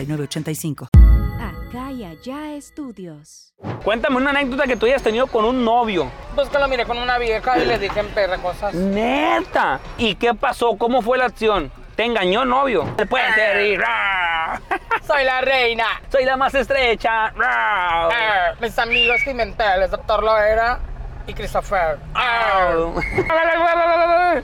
985. Acá y allá estudios. Cuéntame una anécdota que tú hayas tenido con un novio. Pues que lo miré con una vieja y le dije en perra cosas. ¡Neta! ¿Y qué pasó? ¿Cómo fue la acción? ¿Te engañó novio? ¡Te puente rir. Soy la reina. Soy la más estrecha. Eh, mis amigos pimenteles, doctor Loera y Christopher.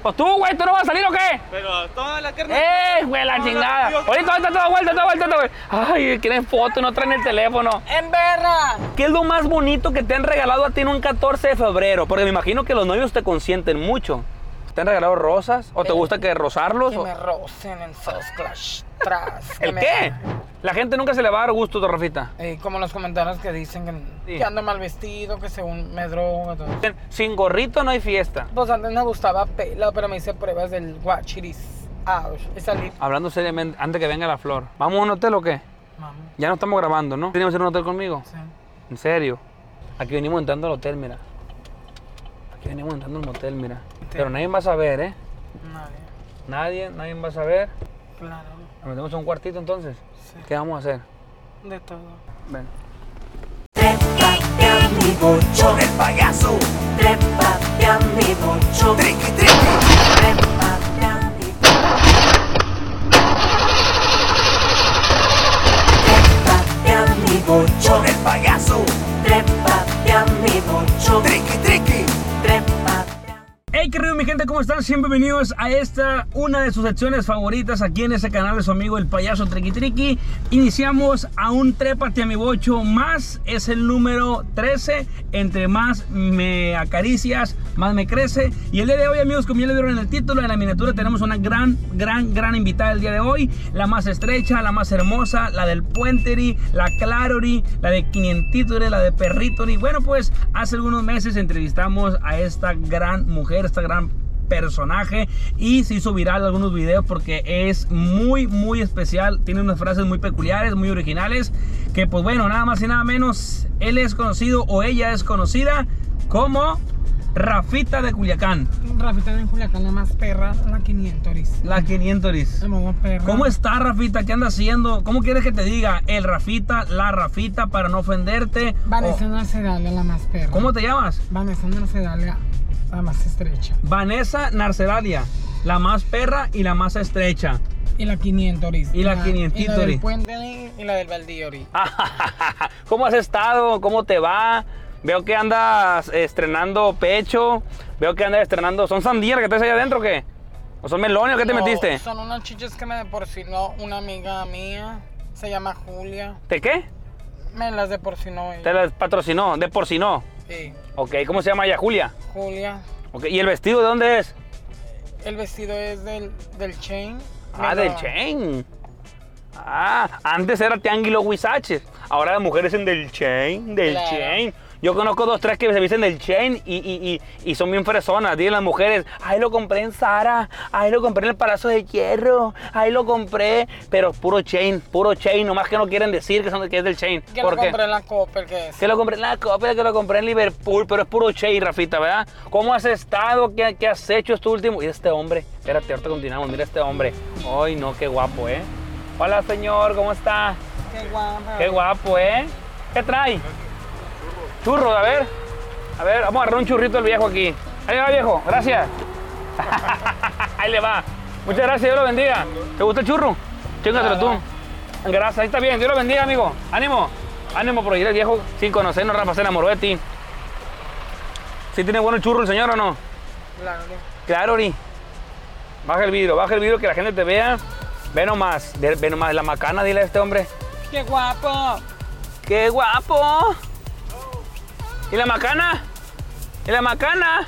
pues tú, güey, ¿tú no vas a salir o qué? Pero toda la carne. ¡Eh, güey, la chingada! Ahorita está toda vuelta, toda vuelta, toda vuelta. Ay, quieren foto, no traen el teléfono. ¡En verra! ¿Qué es lo más bonito que te han regalado a ti en un 14 de febrero? Porque me imagino que los novios te consienten mucho. ¿Te han regalado rosas? ¿O te gusta que rozarlos? Que o- me rocen en Sauce Clash. Tras. que ¿El me- qué? La gente nunca se le va a dar gusto, Rafita. Eh, como los comentarios que dicen que, Sí. que ando mal vestido, que según me drogo. Todo. Sin gorrito no hay fiesta. Pues antes me gustaba pelo, pero me hice pruebas del guachiris. Ouch. Y salí. Hablando seriamente, antes que venga la flor. ¿Vamos a un hotel o qué? Mamá. Ya no estamos grabando, ¿no? ¿Teníamos ir a un hotel conmigo? Sí. ¿En serio? Aquí venimos entrando al hotel, mira. Aquí venimos entrando al motel, mira. Pero nadie va a saber, ¿eh? Nadie. Nadie, nadie va a saber. Claro. Nos metemos a un cuartito entonces. Sí. ¿Qué vamos a hacer? De todo. Ven. Trépate a mi bocho del payaso. Trépate a mi bocho. Triqui, triqui. Trépate a mi bocho. Trépate a mi bocho del payaso. Trépate a mi bocho. Triqui, triqui. Trépate a Hey, qué ruido, mi gente, ¿cómo están? Siempre bienvenidos a esta, una de sus secciones favoritas aquí en este canal de su amigo el payaso Triqui Triqui. Iniciamos a un trépate a mi bocho más, es el número 13. Entre más me acaricias, más me crece. Y el día de hoy, amigos, como ya lo vieron en el título, en la miniatura tenemos una gran, gran, gran invitada el día de hoy. La más estrecha, la más hermosa, la del Puenteri, la Clarori, la de Quinientitore, la de Perritori. Bueno, pues hace algunos meses entrevistamos a esta gran mujer, esta gran personaje y se hizo viral algunos videos porque es muy muy especial tiene unas frases muy peculiares muy originales que pues bueno nada más y nada menos él es conocido o ella es conocida como Rafita de Culiacán Rafita de Culiacán, la más perra, la 500. la 500 La más perra. ¿Cómo está Rafita? ¿Qué anda haciendo? ¿Cómo quieres que te diga? El Rafita, la Rafita para no ofenderte Vanessa O- Narcedalia, la más perra. ¿Cómo te llamas? Vanessa Narcedalia, la más estrecha. Vanessa Narceralia la más perra y la más estrecha Y la 500. Y la Y la del 500. puente y la del baldío. ori. ¿Cómo has estado? ¿Cómo te va? Veo que andas estrenando pecho. Veo que andas estrenando. ¿Son sandías las que traes ahí adentro o qué? ¿O son melones? ¿Qué te No, metiste? Son unos chiches que me deporcinó una amiga mía. Se llama Julia. ¿Te qué? Me las deporcinó Te ella. las patrocinó, de porcinó. Sí, Ok, ¿cómo se llama ella? Julia. Julia. Ok, ¿y el vestido de dónde es? El vestido es del, del chain. Ah, Me del lo- Chain. Ah, antes era Tianguilo Huizaches. Ahora las mujeres en del Chain, del Claro. Chain. Yo conozco dos, tres que se visten del Chain y, y- y- y son bien fresonas. Dicen las mujeres, ay, lo compré en Sara, ay, lo compré en el Palacio de Hierro, ay, lo compré. Pero puro Chain, puro Chain, nomás que no quieren decir que, son, que es del Chain. Que ¿Por lo qué? compré en la Copper, que es. Que lo compré en la Copa, que lo compré en Liverpool, pero es puro Chain, Rafita, ¿verdad? ¿Cómo has estado? ¿Qué, qué has hecho este último? Y este hombre, espérate, ahorita continuamos, mira este hombre. Ay, no, qué guapo, ¿eh? Hola, señor, ¿cómo está? Qué guapa. Qué guapo, ¿eh? ¿Qué trae? Churros, a ver. A ver, vamos a agarrar un churrito al viejo aquí. Ahí va, viejo, gracias. Ahí le va. Muchas gracias, Dios lo bendiga. ¿Te gusta el churro? Chéngatelo tú. Gracias, ahí está bien. Dios lo bendiga, amigo. Ánimo. Ánimo por ir el viejo sin conocernos, Rafa, se enamoró de ti. ¿Sí tiene bueno el churro el señor o no? La novia. Claro, Ori. Baja el vidrio, baja el vidrio que la gente te vea. Ve nomás, ve ve nomás la macana, dile a este hombre. ¡Qué guapo! ¡Qué guapo! ¿Y la macana? ¿Y la macana?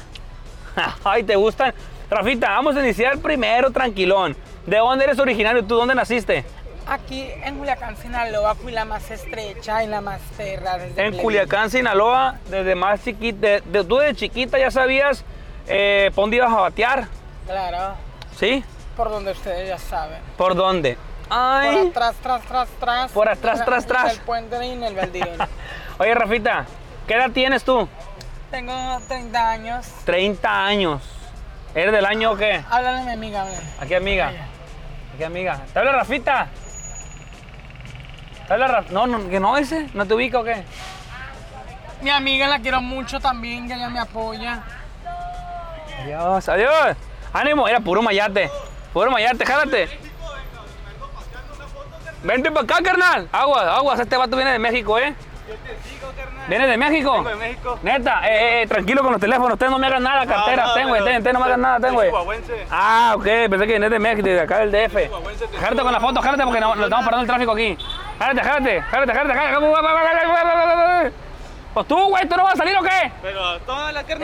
Ay, ¿te gustan? Rafita, vamos a iniciar primero, tranquilón. ¿De dónde eres originario tú? ¿Dónde naciste? Aquí en Culiacán, Sinaloa, fui la más estrecha y la más perra. desde En plebe. Culiacán, Sinaloa, desde más chiquita, de, de- tú desde chiquita ya sabías eh, por dónde ibas a batear, Claro, ¿sí? por donde ustedes ya saben. ¿Por dónde? Por Ay. atrás, tras, tras, tras. Por atrás, tras, Entre tras. El puente y en el baldío. Oye, Rafita, ¿qué edad tienes tú? Tengo 30 años. 30 años. ¿Eres del año qué? Háblale a mi amiga, háblale. Aquí, amiga. Aquí, amiga. ¿Te habla Rafita? ¿Te habla Raf- No, no, que no ese. ¿No te ubica o qué? Mi amiga la quiero mucho también, que ella me apoya. Adiós, adiós. Ánimo, era puro mayate. Puro mayate, jálate. Vente para acá, carnal. Aguas, aguas, este vato viene de México, ¿eh? ¿Viene de México? de México. Neta, eh, eh, eh, tranquilo con los teléfonos, ustedes no me hagan nada, cartera, ten, güey, ten, ten, no me hagan nada, ten, güey. Ah, ok, pensé que vienes de México, de acá del DF. Jálate con la foto, jálate porque no- nos estamos parando el tráfico aquí. Jálate, jálate, jálate, jálate, jálate. Pues tú, güey, ¿tú no vas a salir o qué?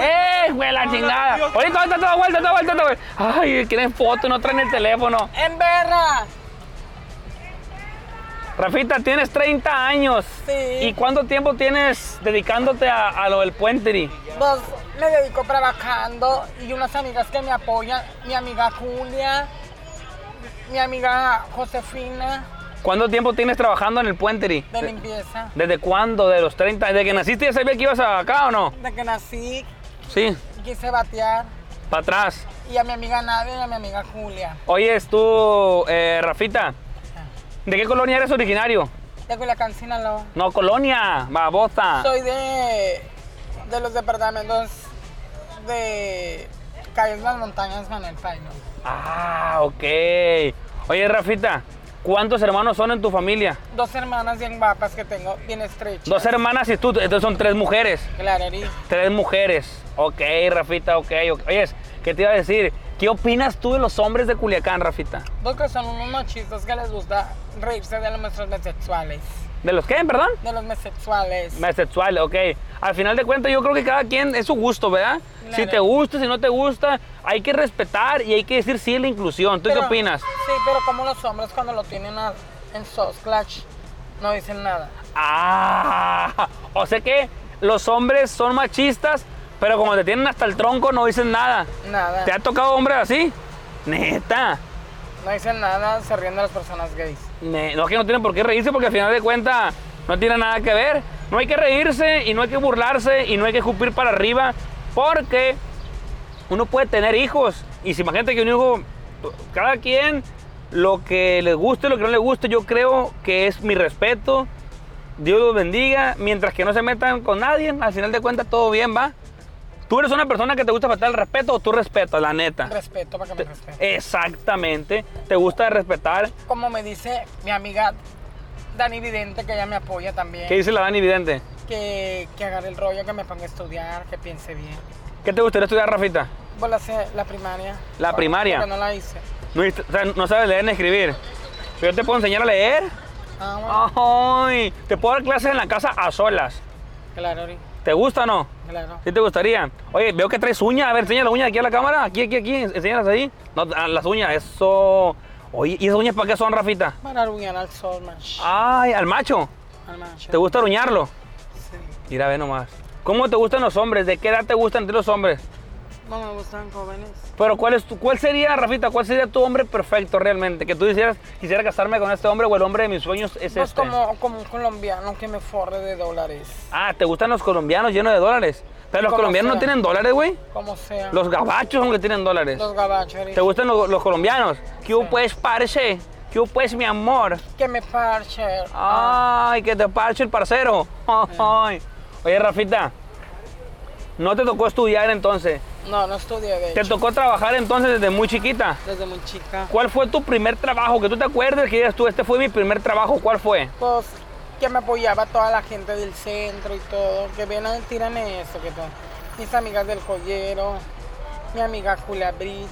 ¡Eh, güey, la chingada! Ahorita, ahorita, toda vuelta, toda vuelta, toda vuelta. Ay, quieren foto, no traen el teléfono. ¡En berra! Rafita, tienes 30 años. Sí. ¿Y cuánto tiempo tienes dedicándote a, a lo del puenteri? Pues me dedico trabajando y unas amigas que me apoyan, mi amiga Julia, mi amiga Josefina ¿Cuánto tiempo tienes trabajando en el puenteri? de limpieza. ¿Desde cuándo? ¿De los 30? ¿Desde que naciste ya sabías que ibas acá o no? De que nací, Sí, quise batear. para atrás. Y a mi amiga Nadia y a mi amiga Julia. Oye, tú, eh, Rafita, ¿de qué colonia eres originario? De Culiacán, Sinaloa. No, colonia, babosa. Soy de, de los departamentos de Calles Las Montañas, Manuel Paino. Ah, ok. Oye, Rafita, ¿cuántos hermanos son en tu familia? Dos hermanas bien guapas que tengo, bien estrechas. Dos hermanas y tú, entonces son tres mujeres. Claro, Eri. Tres mujeres. Ok, Rafita, ok. ok. Oye, ¿qué te iba a decir? ¿Qué opinas tú de los hombres de Culiacán, Rafita? Porque son unos machistas que les gusta reírse de nuestros bisexuales. ¿De los qué, perdón? De los bisexuales. Sexual, ok. Al final de cuentas, yo creo que cada quien es su gusto, ¿verdad? Claro. Si te gusta, si no te gusta, hay que respetar y hay que decir sí a la inclusión. ¿Tú qué Pero- opinas? Sí, pero como los hombres cuando lo tienen a- en Soft Clash no dicen nada. Ah, o sea que los hombres son machistas, pero como te tienen hasta el tronco, no dicen nada. Nada. ¿Te ha tocado hombres así? Neta. No dicen nada, se ríen de las personas gays. Ne- no, que no tienen por qué reírse porque al final de cuentas no tiene nada que ver. No hay que reírse y no hay que burlarse y no hay que escupir para arriba porque uno puede tener hijos. Y si imagínate que un hijo, cada quien, lo que le guste, lo que no le guste, yo creo que es mi respeto. Dios los bendiga. Mientras que no se metan con nadie, al final de cuentas todo bien va. ¿Tú eres una persona que te gusta faltar el respeto o tú respetas, la neta? Respeto para que me respeten. Exactamente. ¿Te gusta respetar? Como me dice mi amiga Dani Vidente, que ella me apoya también, ¿Qué dice la Dani Vidente? que, que agarre el rollo, que me ponga a estudiar, que piense bien. ¿Qué te gustaría estudiar, Rafita? Pues la, sé- la primaria. ¿La Por- primaria? porque Ah, no la hice. No, hiciste- o sea, no sabes leer ni escribir. Pero yo te puedo enseñar a leer. Ah, bueno. Ay, te puedo dar clases en la casa a solas. Claro, Ori, ¿Te gusta o no? claro. ¿Sí te gustaría? Oye, veo que traes uñas. A ver, enseña las uñas aquí a la cámara. Aquí, aquí, aquí. Enséñalas ahí. No, ah, las uñas, eso. Oye, ¿y esas uñas para qué son, Rafita? Para arruinar al sol, macho. Ay, al macho. Al macho. Ah. ¿Te gusta aruñarlo? Sí. Mira, ve nomás. ¿Cómo te gustan los hombres? ¿De qué edad te gustan a ti los hombres? No me gustan jóvenes. Pero ¿cuál, es tu, ¿cuál sería, Rafita, cuál sería tu hombre perfecto realmente? Que tú dijeras, quisiera casarme con este hombre o el hombre de mis sueños es Pues este. como, como un colombiano que me forre de dólares. Ah, ¿te gustan los colombianos llenos de dólares? Pero los Como colombianos no sea. tienen dólares, güey. Como sea. Los gabachos son los que tienen dólares. Los gabachos, Ori. ¿Te gustan los, los colombianos? ¿Qué hubo, pues, parce? ¿Qué hubo, pues, mi amor? Que me parche. Ah. Ay, que te parche el parcero. Ay. Oye, Rafita, no te tocó estudiar entonces. No, no estudié de ¿Te hecho, tocó trabajar entonces desde muy chiquita? desde muy chica. ¿Cuál fue tu primer trabajo? Que tú te acuerdes que digas tú, este fue mi primer trabajo, ¿cuál fue? Pues que me apoyaba toda la gente del centro y todo, que bien no tiran eso, que todo. Mis amigas del joyero, mi amiga Julia Brits,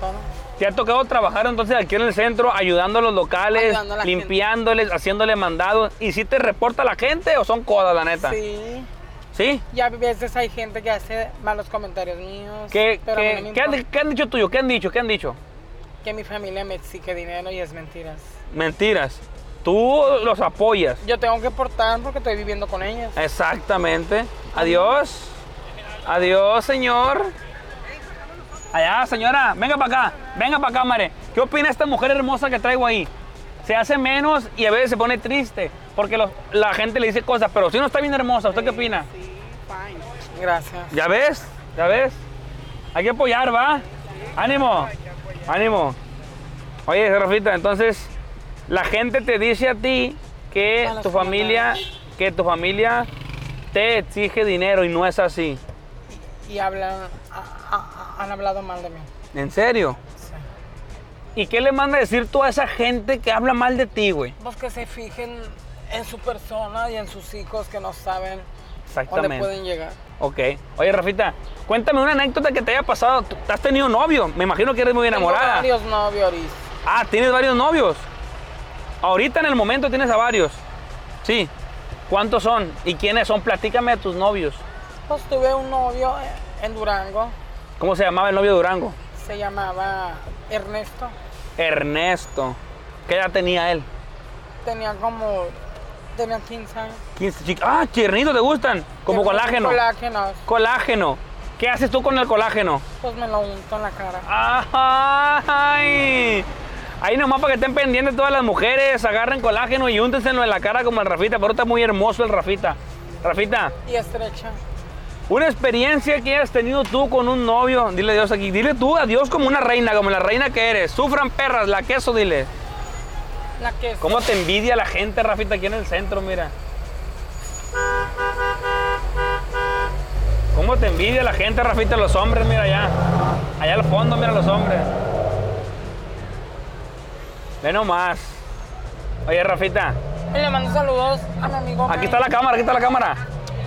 todo. ¿Te ha tocado trabajar entonces aquí en el centro, ayudando a los locales, Ayudando a la limpiándoles, haciéndoles mandados? ¿Y si te reporta la gente o son codas, la neta? Sí. ¿Sí? Y a veces hay gente que hace malos comentarios míos. ¿Qué, pero a mí no qué- me qué han, importa. qué han dicho tuyo? ¿Qué han dicho? ¿Qué han dicho? Que mi familia me exige dinero y es mentiras. Mentiras. Tú los apoyas. Yo tengo que portar porque estoy viviendo con ellas. Exactamente. Adiós. Adiós, señor. Allá, señora, venga para acá, venga para acá, mare. ¿Qué opina esta mujer hermosa que traigo ahí? Se hace menos y a veces se pone triste porque los- la gente le dice cosas, pero si no está bien hermosa, ¿usted qué opina? Gracias. ¿Ya ves? ¿Ya ves? Hay que apoyar, ¿va? Ánimo, ánimo. Oye, Rafita, entonces la gente te dice a ti que Malos tu familia, que tu familia te exige dinero y no es así. Y hablan, a- a- a- han hablado mal de mí. ¿En serio? ¿Y qué le manda a decir tú a esa gente que habla mal de ti, güey? Pues que se fijen en su persona y en sus hijos que no saben dónde Exactamente. pueden llegar. Ok. Oye, Rafita, cuéntame una anécdota que te haya pasado. ¿Tú has tenido novio? Me imagino que eres muy enamorada. Tengo varios novios, Oris. Ah, tienes varios novios. Ahorita en el momento tienes a varios. Sí. ¿Cuántos son? ¿Y quiénes son? Platícame de tus novios. Pues tuve un novio en Durango, ¿Cómo se llamaba el novio de Durango? se llamaba Ernesto. Ernesto. ¿Qué edad tenía él? Tenía como, tenía 15 años. 15 chicas. Ah, chirnitos, ¿te gustan? Como Tenía colágeno. Colágenos. Colágeno. ¿Qué haces tú con el colágeno? Pues me lo unto en la cara. ¡Ay! Ahí nomás para que estén pendientes todas las mujeres, agarren colágeno y úntenselo en la cara como el Rafita, pero está muy hermoso el Rafita. Rafita, Y estrecha. Una experiencia que hayas tenido tú con un novio, dile Dios aquí, dile tú a Dios como una reina, como la reina que eres. Sufran perras, la queso, dile. La que es. ¿Cómo te envidia la gente, Rafita, aquí en el centro, mira? ¿Cómo te envidia la gente, Rafita, los hombres, mira allá? Allá al fondo, mira los hombres. Ve nomás. Oye, Rafita, Y le mando saludos a mi amigo. aquí está la Manny. cámara, aquí está la cámara.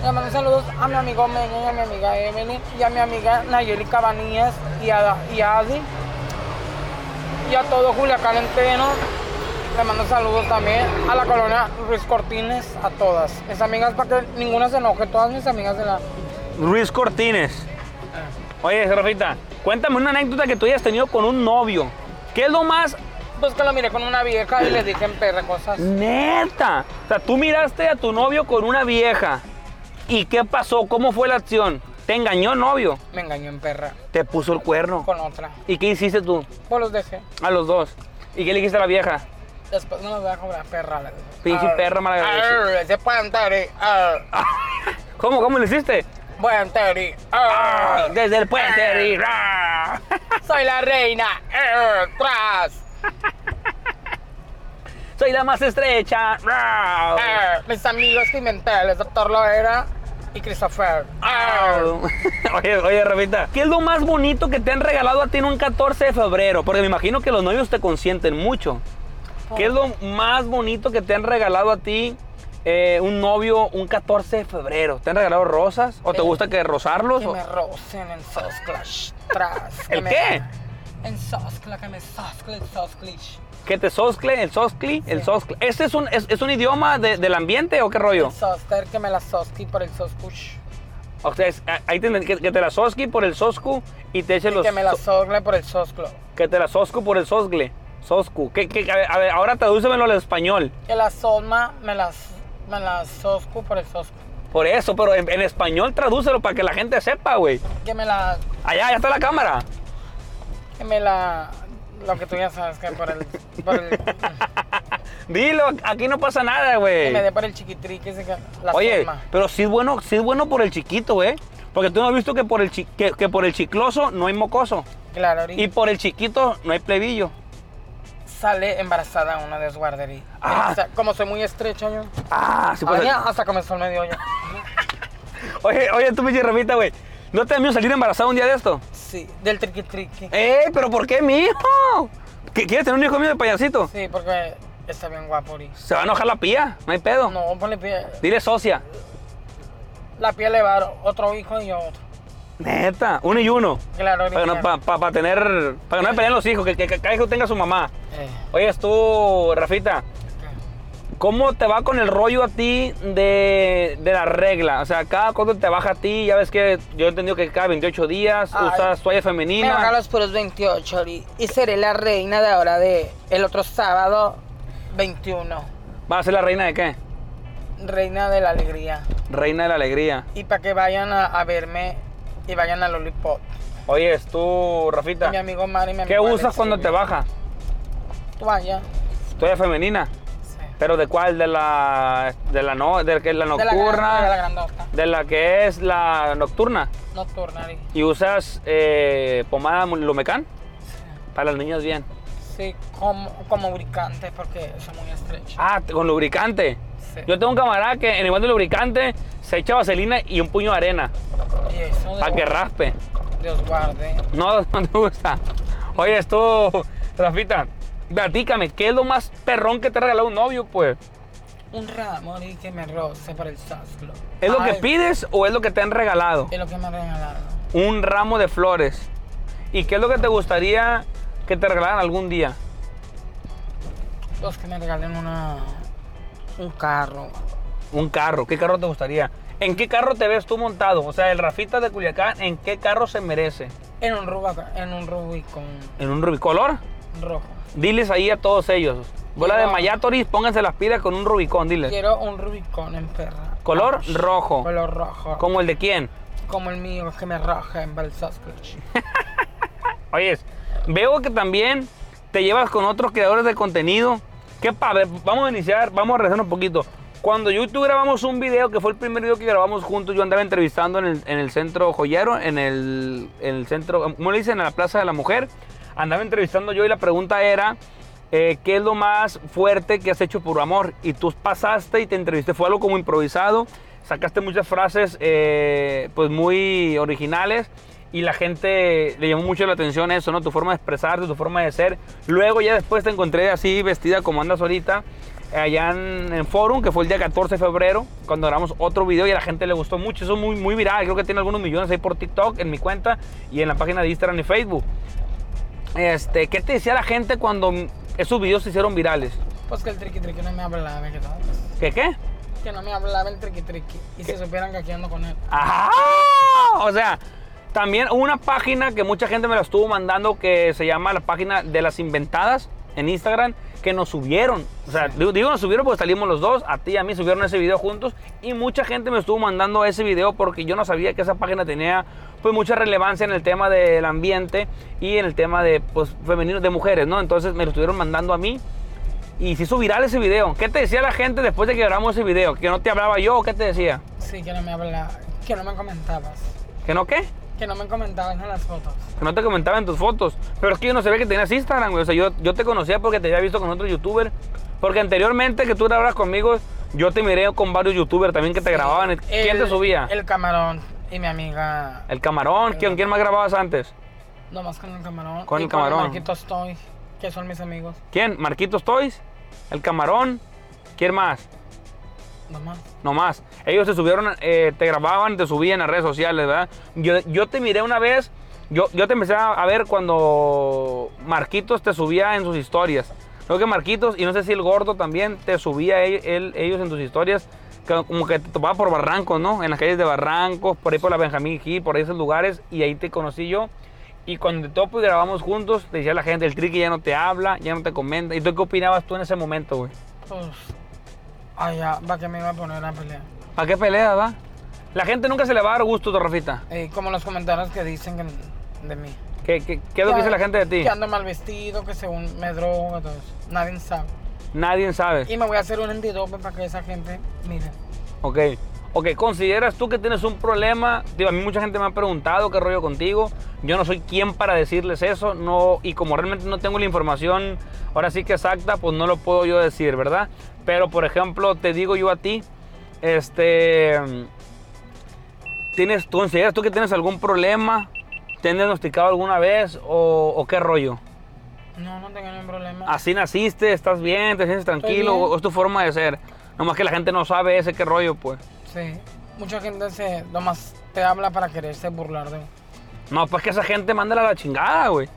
Le mando saludos a mi amigo Meño y a mi amiga Emily y a mi amiga Nayeli Cabanillas y a, y a Adi y a todo Julia Calenteno. Le mando saludos también a la colonia Ruiz Cortines, a todas. Mis amigas, para que ninguna se enoje, todas mis amigas de la... Ruiz Cortines. Oye, Rafita, cuéntame una anécdota que tú hayas tenido con un novio. ¿Qué es lo más Pues que lo miré con una vieja y le dije en perra cosas. neta? O sea, tú miraste a tu novio con una vieja. ¿Y qué pasó? ¿Cómo fue la acción? ¿Te engañó el novio? Me engañó en perra Te puso el cuerno. con otra. ¿Y qué hiciste tú? Pues los dejé. A los dos. ¿Y qué le dijiste a la vieja? Después me los voy a cobrar perra. le dije. Pinche Arr, perra malagradecida. arr, Ese pantere. arr, ¿Cómo? ¿Cómo le hiciste? Ah, pantere, arr. Desde el puente. y- ¡ra! Soy la reina. eh, tras. Soy la más estrecha. ¡ra! eh. Mis amigos Pimentel, Doctor Loera y Christopher. eh. Ah. oye, oye, Rafita, ¿qué es lo más bonito que te han regalado a ti en un 14 de febrero? Porque me imagino que los novios te consienten mucho. ¿Qué es lo más bonito que te han regalado a ti eh, un novio un 14 de febrero? ¿Te han regalado rosas? ¿O te Eh, gusta que rozarlos? Que o- me rocen en Sosclash. Tras. que ¿El me- qué? En Sosclash, que me soscle, sosclish. ¿Que te soscle? ¿El soscli? ¿El soscle? ¿Este es un, es, es un idioma de- del ambiente o qué rollo? Soster, que me la sosqui por el soscush. O sea, es- a- ahí te- que, que te la sosqui por el soscu y te echen Y los... que me la Pues so- sogle por el sosclo. que te la soscu por el sosgle. Soscu. ¿Qué, qué- a, ver, a ver, ahora tradúcemelo al español. Que la sosma me la, me la soscu por el soscu. Por eso, pero en, en español tradúcelo para que la gente sepa, güey. Que me la. Allá, ya está la cámara. Que me la. Lo que tú ya sabes, que por el. Por el Dilo, aquí no pasa nada, que me dé güey. por el chiquitrique. ese que- La Oye, sosma. pero sí es bueno, sí es bueno por el chiquito, güey. Porque tú no has visto que por el chi- que, que por el chicloso no hay mocoso. Claro, ahorita. Y por el chiquito no hay plebillo. sale embarazada una de su guardería. Ah. O sea, como soy muy estrecha yo. Ah, sí pues. Ahora ya hasta comenzó el medio ya. Oye, oye, tú pinche Rafita, güey. ¿No te da miedo salir embarazada un día de esto? Sí, del triqui triqui. ¡Ey, pero por qué mi hijo? ¿Qué- ¿Quieres tener un hijo mío de payasito? Sí, porque está bien guapo ahorita. Se va a enojar la pía, no hay pedo. No, ponle pie. Dile socia. La piel le va a dar otro hijo y yo otro. Neta, uno y uno. Claro, Para, ahorita. no- pa- pa- pa tener, para que no me peleen los hijos, que, que- que cada hijo tenga su mamá. Eh, Oyes tú, Rafita, ¿cómo te va con el rollo a ti de, de la regla? O sea, cada cuánto te baja a ti, ya ves que yo he entendido que cada 28 días Ay. usas toalla Me femenina. van a los puros 28 ahorita. y seré la reina de ahora de el otro sábado 21. ¿Vas a ser la reina de qué? Reina de la alegría. Reina de la alegría. Y para que vayan a, a verme y vayan a Lollipop. Oyes tú, Y Rafita, mi amigo Mari y mi ¿qué amigo usas Alex, cuando sí. te baja? Toalla. Toalla femenina. sí. ¿Pero de cuál? ¿De la, de la, no, de la que es la De la, gran- nocturna? de la grandota. de la que es la nocturna Nocturna. ahorita. y usas eh, pomada mul- lumecán para las niñas bien. Sí, como, como lubricante porque son muy estrechas. Ah, t- con lubricante. Sí. Yo tengo un camarada que en igual de lubricante se echa vaselina y un puño de arena Y eso para que Dios, raspe. Dios guarde. No, no te gusta. Oye, esto, Rafita, platícame, ¿qué es lo más perrón que te ha regalado un novio, pues? Un ramo y que me roce por el saslo. ¿Es lo que Ay, pides o es lo que te han regalado? Es lo que me han regalado. Un ramo de flores. ¿Y qué es lo que te gustaría que te regalaran algún día? Los que me regalen una, un carro. Un carro, ¿qué carro te gustaría? ¿En qué carro te ves tú montado? O sea, el Rafita de Culiacán, ¿en qué carro se merece? En un Rubicon, en un Rubicon ¿En un Rubicolor? rojo. Diles ahí a todos ellos. Bola de Quiero- Mayatoris, pónganse las pilas con un Rubicón, diles. Quiero un Rubicon en perra. Color Vamos. rojo. Color rojo. ¿Como el de quién? Como el mío que me raja en Balsasquatch. Oyes, veo que también te llevas con otros creadores de contenido. ¿Qué pa- ver, Vamos a iniciar, vamos a regresar un poquito. Cuando yo y tú grabamos un video, que fue el primer video que grabamos juntos, yo andaba entrevistando en el, en el centro joyero, en el, en el centro, ¿cómo le dicen? En la Plaza de la Mujer. Andaba entrevistando yo y la pregunta era, eh, ¿qué es lo más fuerte que has hecho por amor? Y tú pasaste y te entrevisté, fue algo como improvisado, sacaste muchas frases eh, pues muy originales y la gente le llamó mucho la atención eso, ¿no? Tu forma de expresarte, tu forma de ser. Luego ya después te encontré así vestida como andas ahorita allá en, en Forum, que fue el día 14 de febrero, cuando grabamos otro video y a la gente le gustó mucho, eso es muy, muy viral, creo que tiene algunos millones ahí por TikTok, en mi cuenta y en la página de Instagram y Facebook. Este, ¿qué te decía la gente cuando esos videos se hicieron virales? Pues que el triqui triqui no me hablaba, que tal. ¿Qué qué? Que no me hablaba el triqui triqui. Y si supieran que aquí ando con él. ¡Ajá! O sea, también hubo una página que mucha gente me la estuvo mandando que se llama la página de las inventadas en Instagram que nos subieron. O sea, digo, digo nos subieron porque salimos los dos, a ti y a mí subieron ese video juntos y mucha gente me estuvo mandando ese video porque yo no sabía que esa página tenía pues mucha relevancia en el tema del ambiente y en el tema de pues femeninos de mujeres, ¿no? Entonces me lo estuvieron mandando a mí y se hizo viral ese video. ¿Qué te decía la gente después de que grabamos ese video? ¿Que no te hablaba yo o qué te decía? Sí, que no me hablaba. Que no me comentabas. ¿Que no qué? Que no me comentabas en las fotos. que no te comentaba en tus fotos. Pero es que yo no sabía que tenías Instagram, güey. O sea, yo, yo te conocía porque te había visto con otro youtuber. Porque anteriormente que tú grababas conmigo, yo te miré con varios youtubers también que te grababan. Ah, ¿Quién te El- subía? El, El camarón y mi amiga. camarón. ¿Quién, quién más grababas antes? Nomás con el camarón. Con y el camarón. Con Marquito estoy, que son mis amigos. ¿Quién? ¿Marquitos Toys? ¿El camarón? ¿Quién más? Nomás. No más. Ellos te subieron, eh, te grababan, te subían a redes sociales, ¿verdad? Yo, yo te miré una vez, yo, yo te empecé a a ver cuando Marquitos te subía en sus historias. Creo que Marquitos, y no sé si el gordo también, te subía él- él- ellos en tus historias, que como que te topaba por barrancos, ¿no? En las calles de Barrancos, por ahí por la Benjamín Gil, por ahí esos lugares, y ahí te conocí yo. Y cuando te topo y grabamos juntos, te decía la gente, el triqui ya no te habla, ya no te comenta. ¿Y tú qué opinabas tú en ese momento, güey? Pues. Allá, va que me iba a poner a pelear. ¿Para qué pelea, va? La gente nunca se le va a dar gusto, Torrafita. Eh, como los comentarios que dicen que- de mí. ¿Qué, qué- qué es lo que dice la gente de ti? Que ando mal vestido, que según me drogo, todo eso. Nadie sabe. Nadie sabe. Y me voy a hacer un antidope para que esa gente, mire. Ok. Ok, ¿consideras tú que tienes un problema? Digo, a mí mucha gente me ha preguntado qué rollo contigo. Yo no soy quien para decirles eso. No, y como realmente no tengo la información ahora sí que exacta, pues no lo puedo yo decir, ¿verdad? Pero, por ejemplo, te digo yo a ti, este... ¿Tienes, tú consideras tú que tienes algún problema? ¿Te han diagnosticado alguna vez o, o qué rollo? No, no tengo ningún problema. Así naciste, estás bien, te sientes tranquilo, bien. o es tu forma de ser. Nomás que la gente no sabe ese qué rollo, pues. Sí. Mucha gente se nomás te habla para quererse burlar de mí. No, pues que esa gente mándala a la chingada, güey.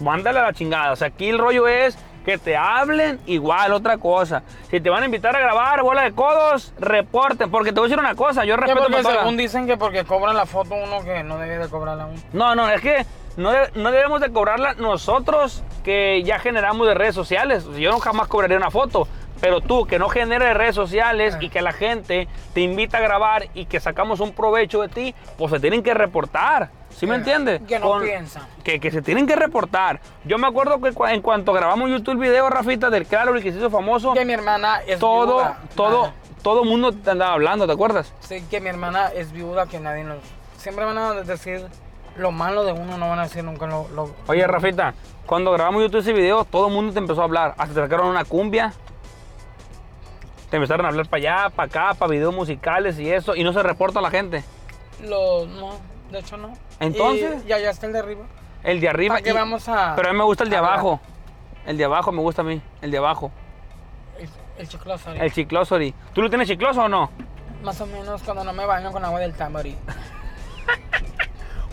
Mándala a la chingada. O sea, aquí el rollo es que te hablen igual, otra cosa. Si te van a invitar a grabar bola de codos, reporten. Porque te voy a decir una cosa, yo Que respeto porque para todas. según dicen que porque cobran la foto uno que no debe de cobrarla uno. No, no, es que no, de- no debemos de cobrarla nosotros que ya generamos de redes sociales. Yo no jamás cobraría una foto. Pero tú, que no generes redes sociales y que la gente te invita a grabar y que sacamos un provecho de ti, pues se tienen que reportar. ¿Sí me Eh, entiendes? que no piensan. Que, que se tienen que reportar. Yo me acuerdo que cua- en cuanto grabamos YouTube video, Rafita, del Claro y que se hizo famoso, Que mi hermana es todo, viuda. todo, ah, Nada. todo mundo te andaba hablando, ¿te acuerdas? Sí, que mi hermana es viuda, que nadie nos... Siempre van a decir lo malo de uno, no van a decir nunca lo... lo- Oye, Rafita, cuando grabamos YouTube ese video, todo el mundo te empezó a hablar. Hasta te sacaron una cumbia. Te empezaron a hablar para allá, para acá, para videos musicales y eso. Y no se reporta la gente. lo- no, de hecho no. Entonces. Y, y allá está el de arriba. El de arriba. ¿Para qué y- vamos a- Pero em- a mí me gusta el de a hablar? abajo. El de abajo me gusta a mí. El de abajo. El, el chiclo azul. El chiclosori. ¿Tú lo tienes chicloso o no? Más o menos cuando no me baño con agua del tamborí.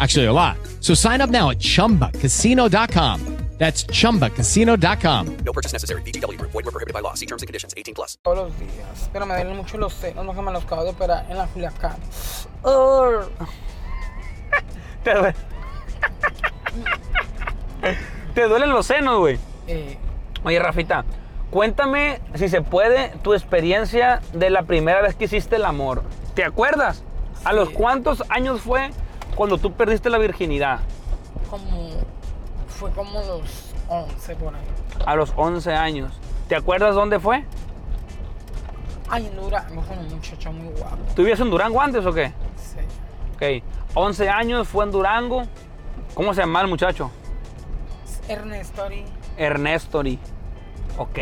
Actually, a lot. So sign up now at chumbacasino.com. That's chumbacasino.com. No purchase necessary. VGW Group. Void were prohibited by law. See terms and conditions. 18 plus. todos los días. Pero me duelen mucho los senos, no que me los acabo de operar en la Culiacán. Urr. Te, due- te duelen los senos, güey. Eh, Oye, Rafita, cuéntame, si se puede, tu experiencia de la primera vez que hiciste el amor. ¿Te acuerdas? ¿A los cuántos años fue cuando tú perdiste la virginidad? como. Fue como los 11 por ahí. A los 11 años. ¿Te acuerdas dónde fue? Ay, en Durango con un muchacho muy guapo. ¿Tú vivías en Durango antes o qué? Sí. Ok. 11 años, fue en Durango. ¿Cómo se llama el muchacho? Ernesto Ari. Ernestori. Ok.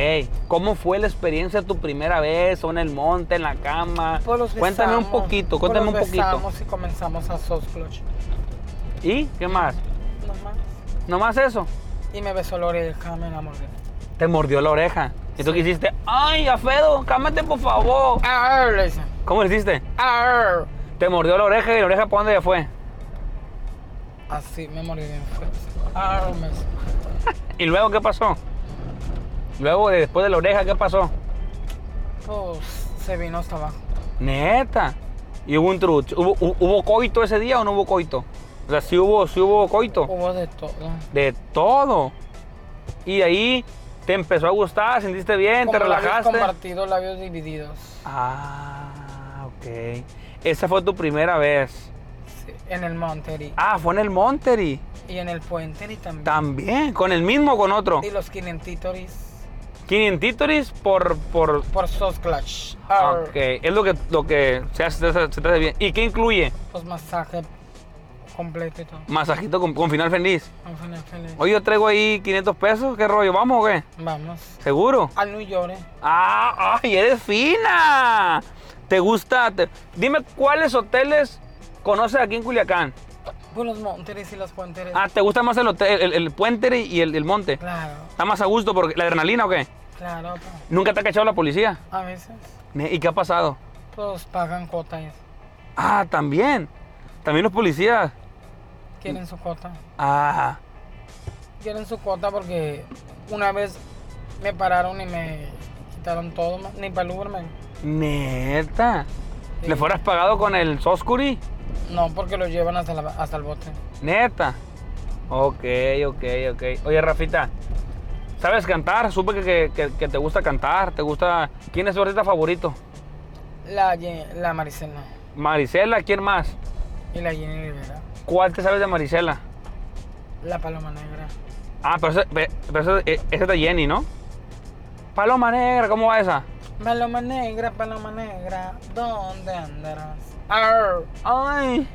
¿Cómo fue la experiencia tu primera vez? ¿O en el monte, en la cama? Pues los cuéntame un besamos, poquito, pues cuéntame los un poquito. besamos y comenzamos a soft clutch. ¿Y qué más? Nomás. ¿Nomás eso? Y me besó la oreja, me enamoré. Te mordió la oreja. ¿Y tú qué hiciste? ¡Ay, Afedo, cámate por favor! Arr, le dicen. ¿Cómo lo hiciste? Arr. Te mordió la oreja y la oreja para dónde ya fue. Así me morí bien feo. Arr, me ¿Y luego qué pasó? Luego, de- después de la oreja, ¿qué pasó? Pues se vino hasta abajo. Neta. ¿Y hubo un trucho? ¿Hubo, hu- hubo coito ese día o no hubo coito? O sea, sí hubo, sí hubo coito. Hubo de todo. De todo. Y de ahí te empezó a gustar, sentiste bien, te Como Labios relajaste. compartidos, labios divididos. Ah, ok. Esa fue tu primera vez. Sí, En el Monterrey. Ah, fue en el Monterrey. Y en el Puenteri también. También, con el mismo o con otro. Y los Quinentitoris 500 por, por... por Sos Clutch. Arr. Ok, es lo que, lo que se, hace, se hace- se te hace bien. ¿Y qué incluye? Pues masaje completo y todo. Masajito con, con final feliz. Vamos a tener feliz. Hoy yo traigo ahí 500 pesos, ¿qué rollo? ¿Vamos o qué? Vamos. ¿Seguro? Al New York. ¡Ah! ¡Ay, eres fina! ¿Te gusta? Te- Dime cuáles hoteles conoces aquí en Culiacán. Pues los Monteris y los Puenteris. Ah, ¿te gusta más el hotel, el, el puente y el, el monte? Claro, ¿Está más a gusto porque la adrenalina o qué? claro. pues. ¿Nunca te ha cachado la policía? A veces, ¿Y qué ha pasado? pues pagan cuota y eso. Ah, también. También los policías. Quieren su cuota. Ah. Quieren su cuota porque una vez me pararon y me quitaron todo, ma- ni para el Uber, man. Neta. Sí. ¿Le fueras pagado con el Soscuri? No, porque lo llevan hasta, la- hasta el bote. Neta. Ok, ok, ok. Oye, Rafita, ¿sabes cantar? Supe que, que- que- que te gusta cantar, te gusta... ¿Quién es tu artista favorito? La, Ye- la Maricela Marisela, ¿quién más? y la Jenny Rivera. ¿Cuál te sabes de Marisela? La paloma negra. Ah, pero, esa- pe- pero esa, eh, esa es de Jenny, ¿no? Paloma Negra, ¿cómo va esa? Paloma negra, paloma negra, ¿dónde andarás? Arr. Ay.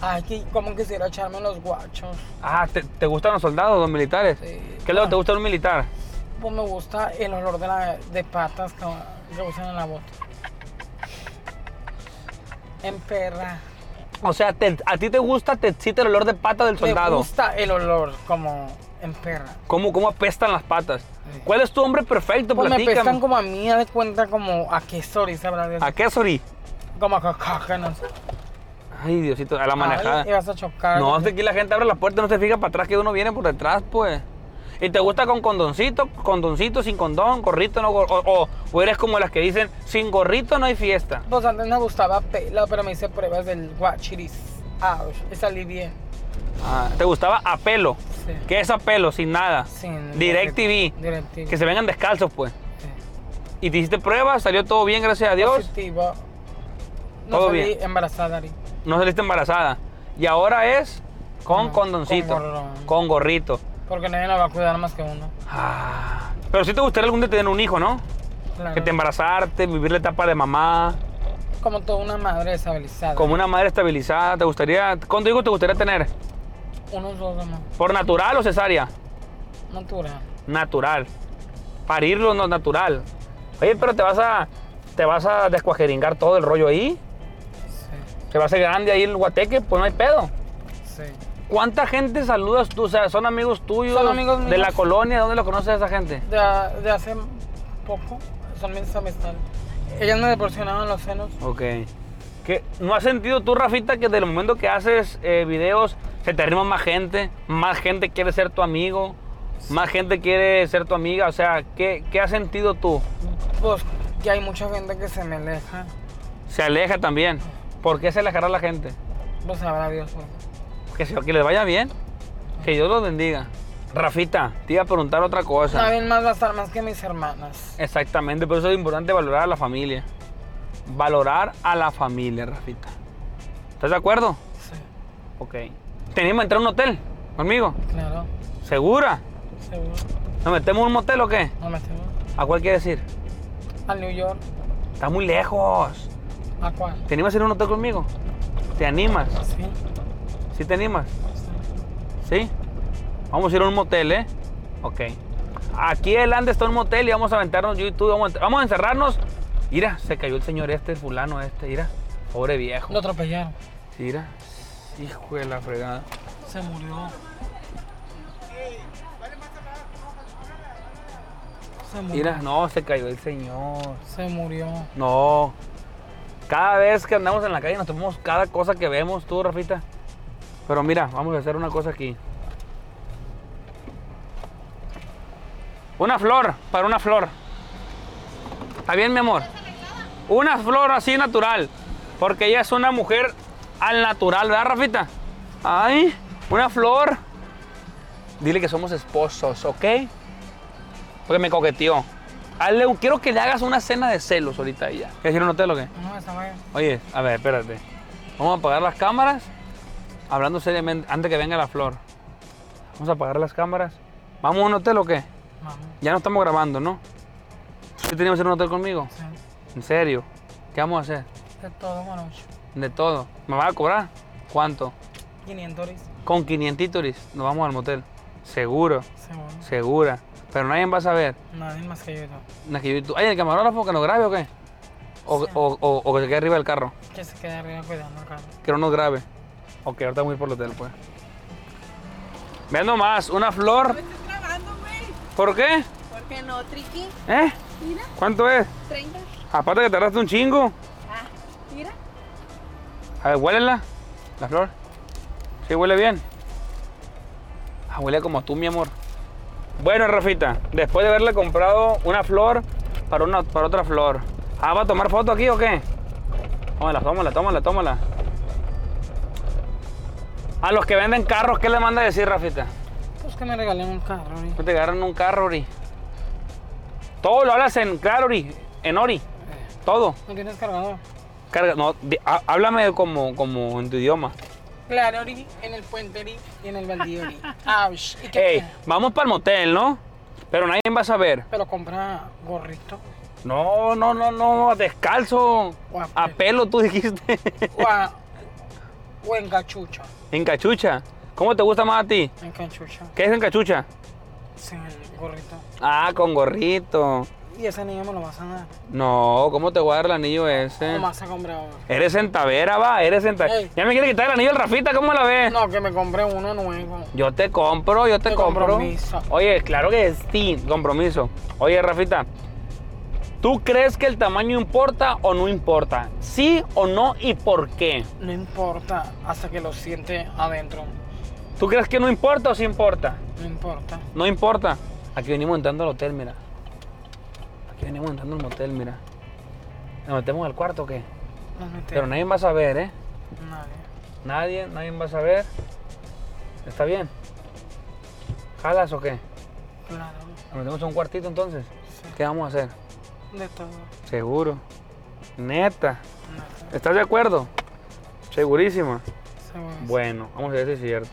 Ay, que como quisiera echarme los guachos. Ah, ¿te, te gustan los soldados, los militares? Sí. Ah. ¿Qué es lo que te gusta de un militar? Pues me gusta el olor de, la- de patas que, que usan en la bota. En perra. O sea, te- a ti te gusta, te excita el olor de pata del Me soldado. gusta el olor como en perra. ¿Cómo, cómo apestan las patas? Sí. ¿Cuál es tu hombre perfecto? Pues me Platícame. pescan como a mí, haz de cuenta como a qué sorry sabrá Dios. ¿A qué sorry? Como a cacaca, no sé. Ay, Diosito, a la manejada. Ay, y vas a chocar. no, es que aquí la gente abre la puerta y no se fija para atrás que uno viene por detrás, pues. ¿Y te gusta con condoncito, condoncito, sin condón, gorrito, no gor- o, o- o eres como las que dicen, sin gorrito no hay fiesta? Pues antes me gustaba pela, pero me hice pruebas del guachiris. Ah, y salí bien. Ah, ¿Te gustaba a pelo? Sí. ¿Qué es a pelo? Sin nada. Sin DirecTV. DirecTV. Que se vengan descalzos, pues. Sí. Y te hiciste pruebas, salió todo bien, gracias a Dios. Positiva. No Todo salí bien. embarazada, Ari. No saliste embarazada. Y ahora es con No, condoncito, con gorrón. con gorrito. Porque nadie la va a cuidar más que uno. Ah, Pero sí te gustaría algún día tener un hijo, ¿no? Claro. Que te embarazarte, vivir la etapa de mamá, Como toda una madre deshabilitada. como una madre estabilizada, ¿te gustaría? ¿Cuántos hijos te gustaría tener? Unos dos nomás. ¿Por natural o cesárea? Natural. Natural. Parirlo no es natural. Oye, pero te vas a te vas a descuajeringar todo el rollo ahí. Sí. Te va a hacer grande ahí el guateque, pues no hay pedo. Sí. ¿Cuánta gente saludas tú? O sea, ¿son amigos tuyos? Son amigos ¿De la míos. colonia? ¿Dónde lo conoces a esa gente? De, de hace poco son mis amistades. Ellas me proporcionaban los senos. Ok. ¿Qué- ¿No has sentido tú, Rafita, que desde el momento que haces eh, videos se te arrima más gente? ¿Más gente quiere ser tu amigo? ¿Más gente quiere ser tu amiga? O sea, ¿qué, qué has sentido tú? Pues que hay mucha gente que se me aleja. Se aleja también. ¿Por qué se alejará la gente? Lo sabrá Dios. pues. Que, se- que les vaya bien. Que Dios los bendiga. Rafita, te iba a preguntar otra cosa. Nadie más va a estar más que mis hermanas. Exactamente, por eso es importante valorar a la familia. Valorar a la familia, Rafita. ¿Estás de acuerdo? Sí, Ok. Teníamos que entrar a un hotel conmigo. claro. ¿Segura? Seguro. ¿Nos metemos en un motel o qué? No me tengo. ¿A cuál quieres ir? A New York. Está muy lejos. ¿A cuál? ¿Te animas a ir a un hotel conmigo? ¿Te animas? Sí. ¿Sí te animas? ¿Sí? Vamos a ir a un motel, ¿eh? Ok. Aquí adelante está un motel y vamos a aventarnos yo y tú. Vamos a, vamos a encerrarnos. Mira, se cayó el señor este, el fulano este. Mira, pobre viejo. Lo atropellaron. Sí, Mira. Hijo de la fregada. Se murió. Se murió. Mira, no, se cayó el señor. Se murió. No. Cada vez que andamos en la calle nos tomamos cada cosa que vemos, tú, Rafita. Pero mira, vamos a hacer una cosa aquí. Una flor, para una flor. ¿Está bien, mi amor? Una flor así natural. Porque ella es una mujer al natural, ¿verdad, Rafita? Ay, una flor. Dile que somos esposos, ¿ok? Porque me coqueteó. Hazle un- quiero que le hagas una cena de celos ahorita a ella. ¿Quieres ir a un hotel o qué? No, esa vaya. Oye, a ver, espérate. Vamos a apagar las cámaras. Hablando seriamente, antes que venga la flor. Vamos a apagar las cámaras. ¿Vamos a un hotel o qué? Mamá. Ya no estamos grabando, ¿no? ¿Tú teníamos ir a un hotel conmigo? Sí. ¿En serio? ¿Qué vamos a hacer? De todo, Manocho. De todo. ¿Me vas a cobrar? ¿Cuánto? 500 dólares. Con 500 turis nos vamos al motel. Seguro, Seguro. segura. Pero nadie va a saber. Nadie más que yo y todo. No, es que yo y tú- Ay, el camarógrafo que nos grabe o qué? O, Sí. o- o- o que se quede arriba del carro. Que se quede arriba cuidando acá. Que no nos grabe. Ok, ahorita vamos a ir por el hotel, pues. Vean nomás, una flor. ¿Por qué? ¿Por qué no, Triqui? ¿Eh? Mira, ¿Cuánto es? 30. Aparte que tardaste un chingo. Ah, mira. A ver, huélela. La flor. Sí, huele bien. Ah, huele como tú, mi amor. Bueno, Rafita, después de haberle comprado una flor para, una, para otra flor. Ah, ¿va a tomar foto aquí o qué? Tómala, tómala, tómala, tómala. A los que venden carros, ¿qué le manda a decir, Rafita? Pues que me regalen un carro, Ari. No te agarran un carro, Ori. Todo lo hablas en claro, Ori. En Ori. Todo. ¿No tienes cargador? Carga, no, di- há- háblame como, como en tu idioma. Clarorí, en el Puenterí y en el Valdiori. Ouch. ¿Y qué? Ey, vamos para el motel, ¿no? Pero nadie va a saber. Pero compra gorrito. No, no, no, no, descalzo. Guau, A pelo, tú dijiste. O, a- o en cachucha. en cachucha. ¿Cómo te gusta más a ti? En cachucha. ¿Qué es en cachucha? Sin el gorrito. Ah, con gorrito. Y ese niño me lo vas a dar. No, ¿cómo te voy a dar el anillo ese? No más se compra uno. Eres centavera, va, eres centavera. Ey. Ya me quiere quitar el anillo el Rafita, ¿cómo la ves? No, que me compré uno nuevo. Yo te compro, yo te De compro. compromiso. Oye, claro que sí, compromiso. Oye, Rafita, ¿tú crees que el tamaño importa o no importa? ¿Sí o no y por qué? No importa hasta que lo siente adentro. ¿Tú crees que no importa o sí importa? No importa. No importa. Aquí venimos entrando al hotel, mira. Aquí venimos entrando al motel, mira. ¿Nos metemos al cuarto o qué? No me Pero nadie va a saber, ¿eh? Nadie. Nadie, nadie va a saber. ¿Está bien? ¿Jalas o qué? Claro. ¿Nos metemos a un cuartito entonces? ¿Qué vamos a hacer? De todo. Seguro. Neta. Nada. ¿Estás de acuerdo? Segurísima. Seguro. Bueno, vamos a ver si es cierto.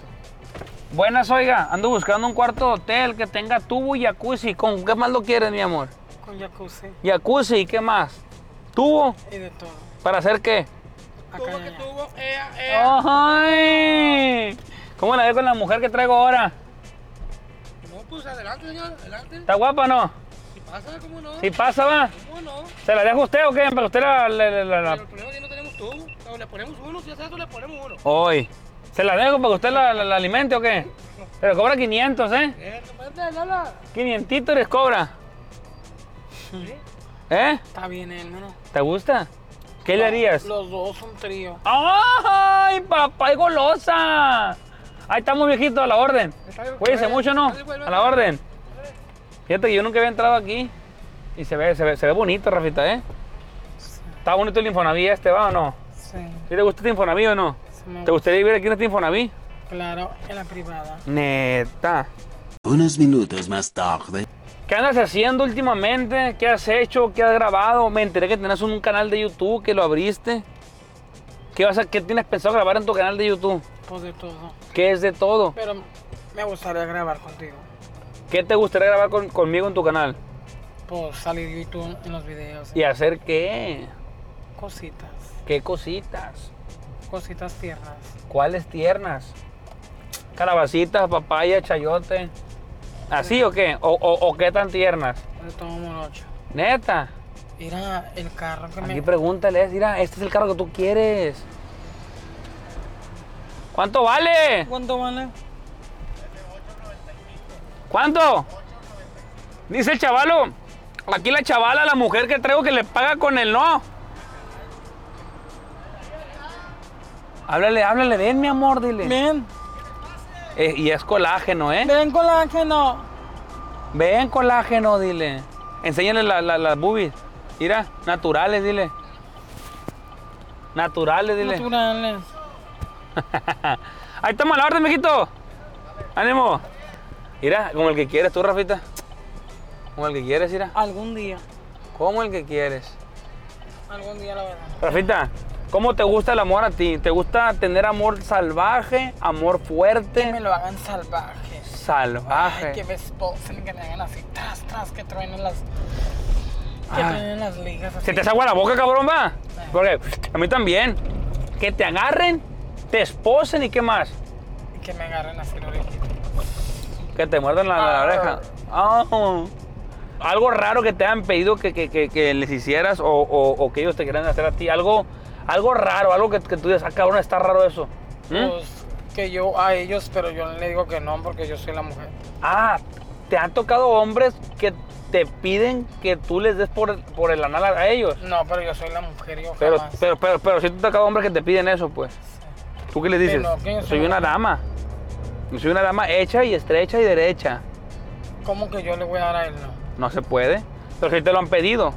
Buenas, oiga. Ando buscando un cuarto de hotel que tenga tubo y jacuzzi. ¿Con qué más lo quieres, mi amor? Con jacuzzi Jacuzzi, ¿y qué más? ¿Tubo? y de todo. ¿Para hacer qué? Acá ya. Eh, ¡Ay! ¿Cómo la veo con la mujer que traigo ahora? No, pues adelante, señor. Adelante. ¿Está guapa o no? Si pasa, ¿cómo no? Si pasa, va. ¿Cómo no? ¿Se la dejo a usted o qué? Pero usted la- la- la- la- la- Pero el problema es que no tenemos tubo. No, le ponemos uno. Si es eso, le ponemos uno. Hoy. ¿Se la dejo para que usted la, la- la alimente o qué? Pero cobra 500, ¿eh? Eh, no puedes hablar. 500 les cobra. ¿Eh? Está bien, hermano. ¿Te gusta? ¿Qué le harías? Los dos son trío. ¡Ay, papá, es golosa! Ahí estamos, viejito, a la orden. Cuídense mucho, ¿no? A la orden. Fíjate que yo nunca había entrado aquí. Y se ve, se ve, se ve bonito, Rafita, ¿eh? ¿Está bonito el Infonaví este, va o no? Sí. ¿Sí ¿Te gusta este Infonaví o no? sí me ¿Te gustaría vivir aquí en este Infonaví? Claro, en la privada. Neta. Unos minutos más tarde. ¿Qué andas haciendo últimamente? ¿Qué has hecho? ¿Qué has grabado? Me enteré que tenías un canal de YouTube que lo abriste. ¿Qué, vas a, ¿Qué tienes pensado grabar en tu canal de YouTube? Pues de todo. ¿Qué es de todo? Pero me gustaría grabar contigo. ¿Qué te gustaría grabar con- conmigo en tu canal? Pues salir de YouTube en los videos. ¿Y hacer qué? Cositas. ¿Qué cositas? Cositas tiernas. ¿Cuáles tiernas? ¿Calabacitas, papaya, chayote? ¿Así o qué? ¿O, o- o qué tan tiernas? De todo morocho. Neta. Mira el carro que Aquí me. pregúntale, mira, este es el carro que tú quieres. ¿Cuánto vale? ¿Cuánto vale? ¿Cuánto? Dice el chavalo. Aquí la chavala, la mujer que traigo que le paga con el no. Háblale, háblale, ven mi amor, dile. Ven, Eh, y es colágeno, ¿eh? ven colágeno. Ven colágeno, dile. Enséñale la- la- las boobies. Mira, naturales, dile. Naturales, dile. Naturales. Ahí estamos a la orden, mijito. Ánimo. Mira, como el que quieres tú, Rafita. Como el que quieres, mira. Algún día. Como el que quieres. Algún día, la verdad. Rafita, ¿cómo te gusta el amor a ti? ¿Te gusta tener amor salvaje, amor Que fuerte? me lo hagan salvaje. Ay, que Salvaje. me esposen, que me hagan así, tras, tras, que truenen las. Que Ay. truenen las ligas así. Ah. Se te hace agua la boca, cabrón, va. Porque a mí también. Que te agarren, te esposen y qué más. Y que me agarren así la orejita. Que te muerdan la, la oreja. Ah. Algo raro que te han pedido que, que- que- que les hicieras o, o- o que ellos te quieran hacer a ti. Algo, algo raro, algo que, que tú dices, ah, cabrón, está raro eso. ¿Mm? Pues, que yo a ellos, pero yo le digo que no, porque yo soy la mujer. Ah, te han tocado hombres que te piden que tú les des por, por el anal a ellos. No, pero yo soy la mujer, yo Pero, jamás. pero, pero, pero, si te han tocado hombres que te piden eso, pues. ¿Tú qué les dices? Pero, ¿qué? soy una dama. Soy una dama hecha y estrecha y derecha. ¿Cómo que yo le voy a dar a él? No. No se puede. Pero si te lo han pedido.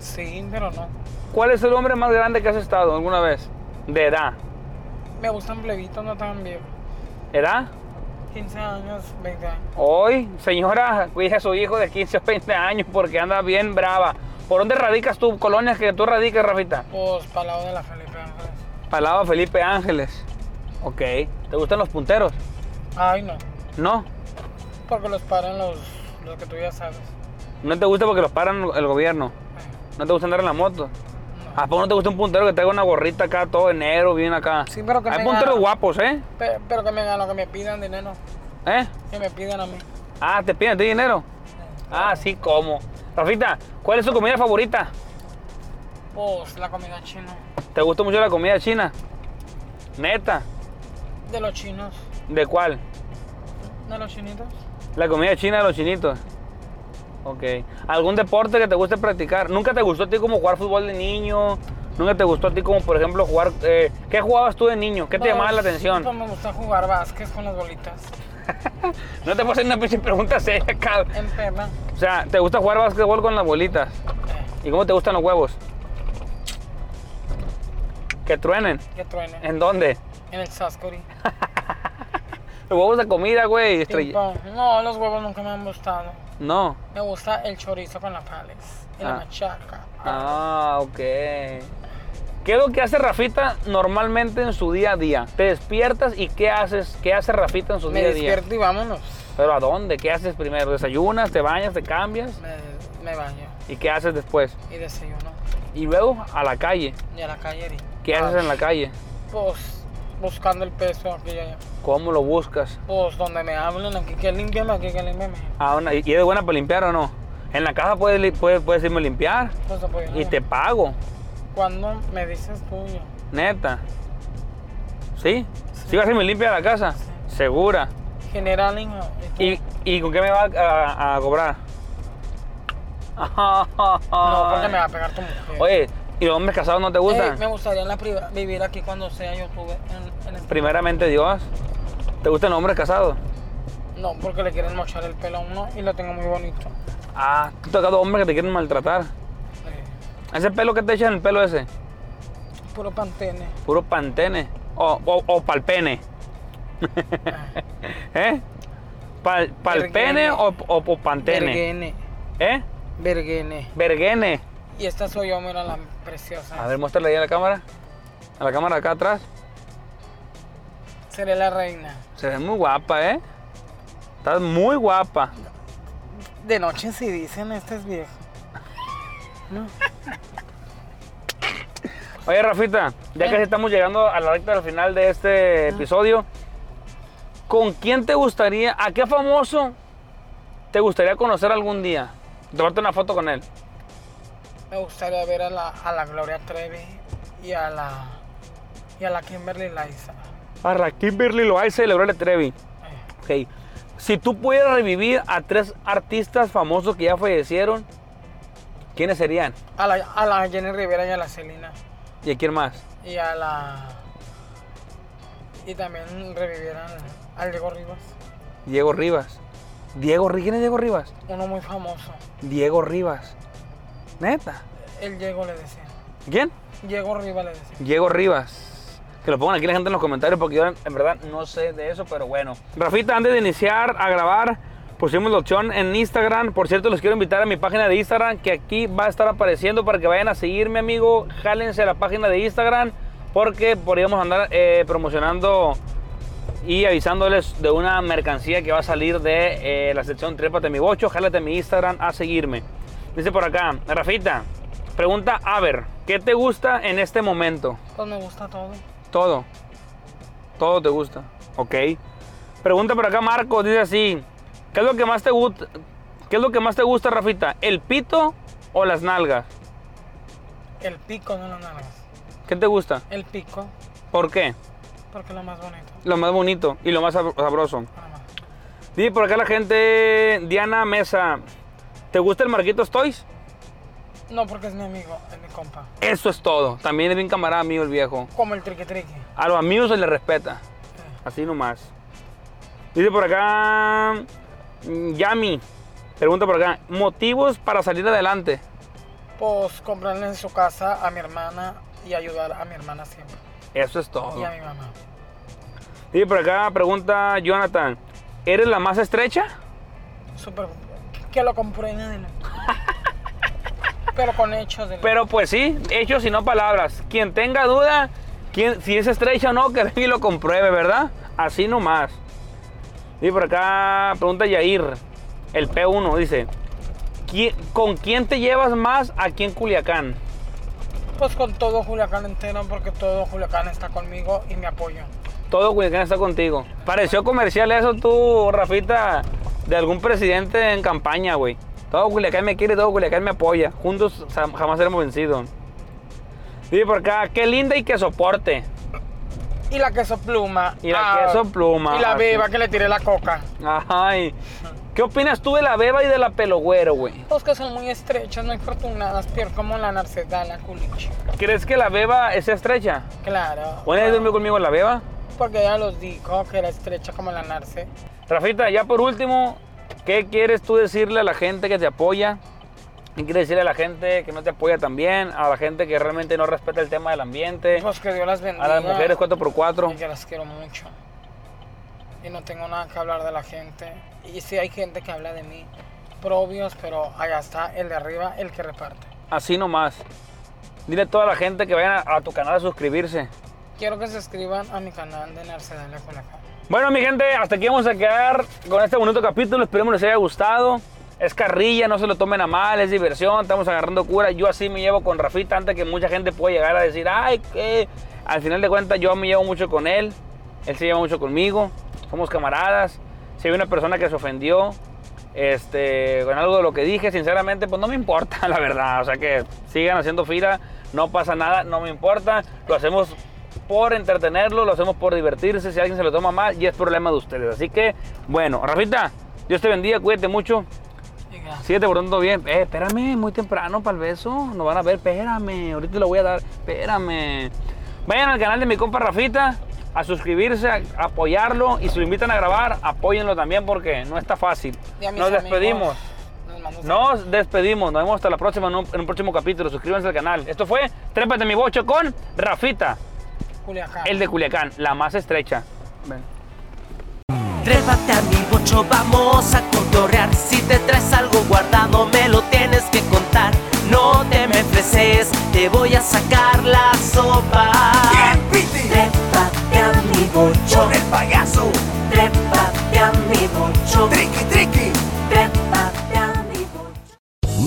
Sí, pero no. ¿Cuál es el hombre más grande que has estado alguna vez? De edad. Me gustan plebitos, no tan viejos. ¿Edad? 15 años, 20 años. Hoy, señora, cuida a su hijo de 15 o 20 años porque anda bien brava. ¿Por dónde radicas tú, colonias que tú radicas, Rafita? Pues, palabra de la Felipe Ángeles. Palabra Felipe Ángeles. Ok. ¿Te gustan los punteros? Ay, no. No. Porque los paran los, los que tú ya sabes. No te gusta porque los paran el gobierno. No te gusta andar en la moto. ¿A poco no te gusta un puntero que traiga una gorrita acá, todo de negro, bien acá? Sí, pero que Hay me punteros haga- guapos, ¿eh? Pe- pero que me hagan lo que me pidan dinero. ¿Eh? Que me pidan a mí. Ah, ¿te piden a ti dinero? Ah, sí, ¿cómo? Rafita, ¿cuál es tu comida favorita? Pues la comida china. ¿Te gusta mucho la comida china? Neta, De los chinos. ¿de cuál? De los chinitos. La comida china de los chinitos. Ok. ¿Algún deporte que te guste practicar? ¿Nunca te gustó a ti como jugar fútbol de niño? ¿Nunca te gustó a ti como, por ejemplo, jugar... eh, ¿Qué jugabas tú de niño? ¿Qué te Pues, llamaba la atención? Pues me gusta jugar básquet con las bolitas. No te puedo hacer una pinche pregunta seria, cabrón. En perna. O sea, ¿te gusta jugar básquetbol con las bolitas? ¿Y cómo te gustan los huevos? Que truenen. Que truene. ¿En dónde? En el Saskori. Los huevos de comida, güey. estrell- No, los huevos nunca me han gustado. No. Me gusta el chorizo con la pales y la Ah. machaca. Ah, ok. ¿Qué es lo que hace Rafita normalmente en su día a día? ¿Te despiertas y qué haces? ¿Qué hace Rafita en su Me día a día? despierto y vámonos. ¿Pero a dónde? ¿Qué haces primero? ¿Desayunas? ¿Te bañas? ¿Te cambias? Me, me baño ¿Y qué haces después? y desayuno. Y luego a la calle. Y a la calle. y- ¿Qué haces en la calle? Pues buscando el peso aquí y allá. ¿Cómo lo buscas? Pues donde me hablan, aquí que límpiame, aquí que límpiame. Ah, una- ¿Y eres buena para limpiar o no? En la casa puedes, li- puedes, puedes irme a limpiar Pues apoyo. y te pago, Cuando me dices tú yo, neta. ¿Sí? ¿Sí vas a irme limpia a la casa? Segura. general hijo. y tú- ¿Y, y con qué me va a, a cobrar? No, porque me va a pegar tu mujer. Ah. Oye, ¿y los hombres casados no te Ey, gustan? me gustaría en la priva- vivir aquí cuando sea yo tuve en, en el- Primeramente Dios, ¿te gustan los hombres casados? No, porque le quieren mochar el pelo a uno y lo tengo muy bonito. Ah, tú tocas dos hombres que te quieren maltratar. Ese pelo que te echan, el pelo ese, Puro pantene. puro pantene o, o, o palpene. ¿Eh? Pal, ¿Palpene Vergene. o, o, o pantene? Verguene. ¿Eh? Verguene. Vergene. Y esta soy yo, mira la preciosa. A ver, muéstrale ahí a la cámara. A la cámara acá atrás. Seré la reina. Se ve muy guapa, ¿eh? Estás muy guapa. De noche si dicen, este es viejo. Oye, Rafita, ya casi estamos llegando a la recta del final de este episodio. ¿Con quién te gustaría, a qué famoso te gustaría conocer algún día? Tomarte una foto con él. Me gustaría ver a la, a la Gloria Trevi y a la y a la Kimberly Liza. A la Kimberly Loaiza y Lebrel Trevi. Eh, Ok. Si tú pudieras revivir a tres artistas famosos que ya fallecieron, ¿quiénes serían? A la, a la Jenny Rivera y a la Selena. ¿Y a quién más? Y a la. Y también revivieran al Diego Rivas. Diego Rivas. Diego, Ri- ¿quién es Diego Rivas? Uno muy famoso. Diego Rivas. Neta. El Diego le decía. ¿Quién? Diego Rivas le decía. Diego Rivas. Que lo pongan aquí la gente en los comentarios porque yo en en verdad no sé de eso, pero bueno. Rafita, antes de iniciar a grabar, pusimos la opción en Instagram. Por cierto, los quiero invitar a mi página de Instagram que aquí va a estar apareciendo para que vayan a seguirme, amigo. Jálense a la página de Instagram porque podríamos andar eh, promocionando y avisándoles de una mercancía que va a salir de eh, la sección Trépate mi bocho. Jálate a mi Instagram a seguirme. Dice por acá, Rafita, pregunta a ver, ¿qué te gusta en este momento? Pues me gusta todo. Todo. Todo te gusta. Ok. Pregunta por acá Marco, dice así. ¿Qué es lo que más te gusta? ¿Qué es lo que más te gusta, Rafita? ¿El pito o las nalgas? El pico, no las nalgas. ¿Qué te gusta? El pico, ¿Por qué? porque es lo más bonito. Lo más bonito y lo más sabro- sabroso. nada más. Dice por acá la gente, Diana Mesa. ¿Te gusta el Marquitos Toys? No, porque es mi amigo, es mi compa. Eso es todo. También es bien camarada mío el viejo. Como el triqui triqui. A los amigos se les respeta. Así nomás. Dice por acá. mm, Yami. Pregunta por acá. Motivos para salir adelante. Pues comprarle en su casa a mi hermana y ayudar a mi hermana siempre. Eso es Y todo. a mi mamá. Dice por acá. Pregunta Jonathan. ¿Eres la más estrecha? Súper. Que lo comprueben. Pero con hechos. dile. Pero pues sí. Hechos y no palabras. Quien tenga duda, ¿Quién, si es estrecha o no, que alguien lo compruebe, ¿verdad? Así nomás. Y por acá pregunta Yair, el P1, dice, "¿Qui- ¿con quién te llevas más aquí en Culiacán? Pues con todo Juliacán entero, porque todo Juliacán está conmigo y me apoya. Todo Culiacán está contigo. Pareció comercial eso tú, Rafita, de algún presidente en campaña, güey. Todo Culiacán me quiere, todo Culiacán me apoya. Juntos jam- jamás seremos vencidos. Dice por acá, qué linda y qué soporte. Y la queso pluma. Ah, Y la queso pluma, ah, Y la así. beba que le tiré la coca. Ay, ¿qué opinas tú de la beba y de la pelogüero, güey? Los que son muy estrechas, muy afortunadas, pero como la narceda, la culichi. ¿Crees que la beba es estrecha? Claro. Ah, ¿Una vez durmió conmigo la beba? Porque ella los dijo que era estrecha como la narce. Rafita, ya por último, ¿qué quieres tú decirle a la gente que te apoya? ¿Qué quieres decirle a la gente que no te apoya también? A la gente que realmente no respeta el tema del ambiente. Pues que Dios las bendiga. A las mujeres Y 4x4. que las quiero mucho. Y no tengo nada que hablar de la gente. Y sí hay gente que habla de mí. Probios, pero allá está el de arriba, el que reparte. Así nomás. Dile a toda la gente que vayan a, a tu canal a suscribirse. Quiero que se suscriban a mi canal de Narcedalia Culiacán. Bueno, mi gente, hasta aquí vamos a quedar con este bonito capítulo. Esperemos les haya gustado. Es carrilla, no se lo tomen a mal, es diversión, estamos agarrando cura. Yo así me llevo con Rafita antes que mucha gente pueda llegar a decir, ay, que al final de cuentas yo me llevo mucho con él, él se lleva mucho conmigo, somos camaradas. Si hay una persona que se ofendió este, con algo de lo que dije, sinceramente, pues no me importa, la verdad. O sea que sigan haciendo fila, no pasa nada, no me importa. Lo hacemos por entretenerlo, lo hacemos por divertirse. Si alguien se lo toma mal, y es problema de ustedes. Así que, bueno, Rafita, Dios te bendiga, cuídate mucho. Y gracias. Síguete portando bien. Eh, espérame, muy temprano para el beso. Nos van a ver, espérame. Ahorita lo voy a dar, espérame. Vayan al canal de mi compa Rafita a suscribirse, a apoyarlo. Y si lo invitan a grabar, apóyenlo también porque no está fácil. Y a mis Nos amigos, despedimos. Nos mando Nos despedimos. Nos vemos hasta la próxima en un, en un próximo capítulo. Suscríbanse al canal. Esto fue Trépate mi bocho con Rafita, Culiacán. el de Culiacán, la más estrecha. Ven. Trépate a mi bocho, vamos a cotorrear. Si te traes algo guardado, me lo tienes que contar. No te me freses, te voy a sacar la sopa. Trépate a mi bocho, el payaso. Trépate a mi bocho, triqui triqui. Trépate a mi bocho.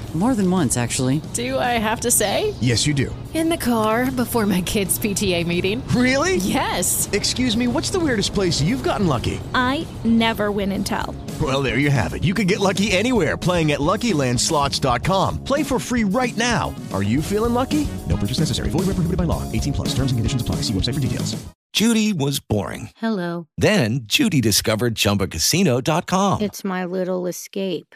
More than once, actually. Do I have to say? Yes, you do. In the car before my kids' PTA meeting. Really? Yes. Excuse me, what's the weirdest place you've gotten lucky? I never win and tell. Well, there you have it. You can get lucky anywhere playing at LuckyLandSlots.com. Play for free right now. Are you feeling lucky? No purchase necessary. Void where prohibited by law. 18 plus. Terms and conditions apply. See website for details. Judy was boring. Hello. Then Judy discovered ChumbaCasino.com. It's my little escape.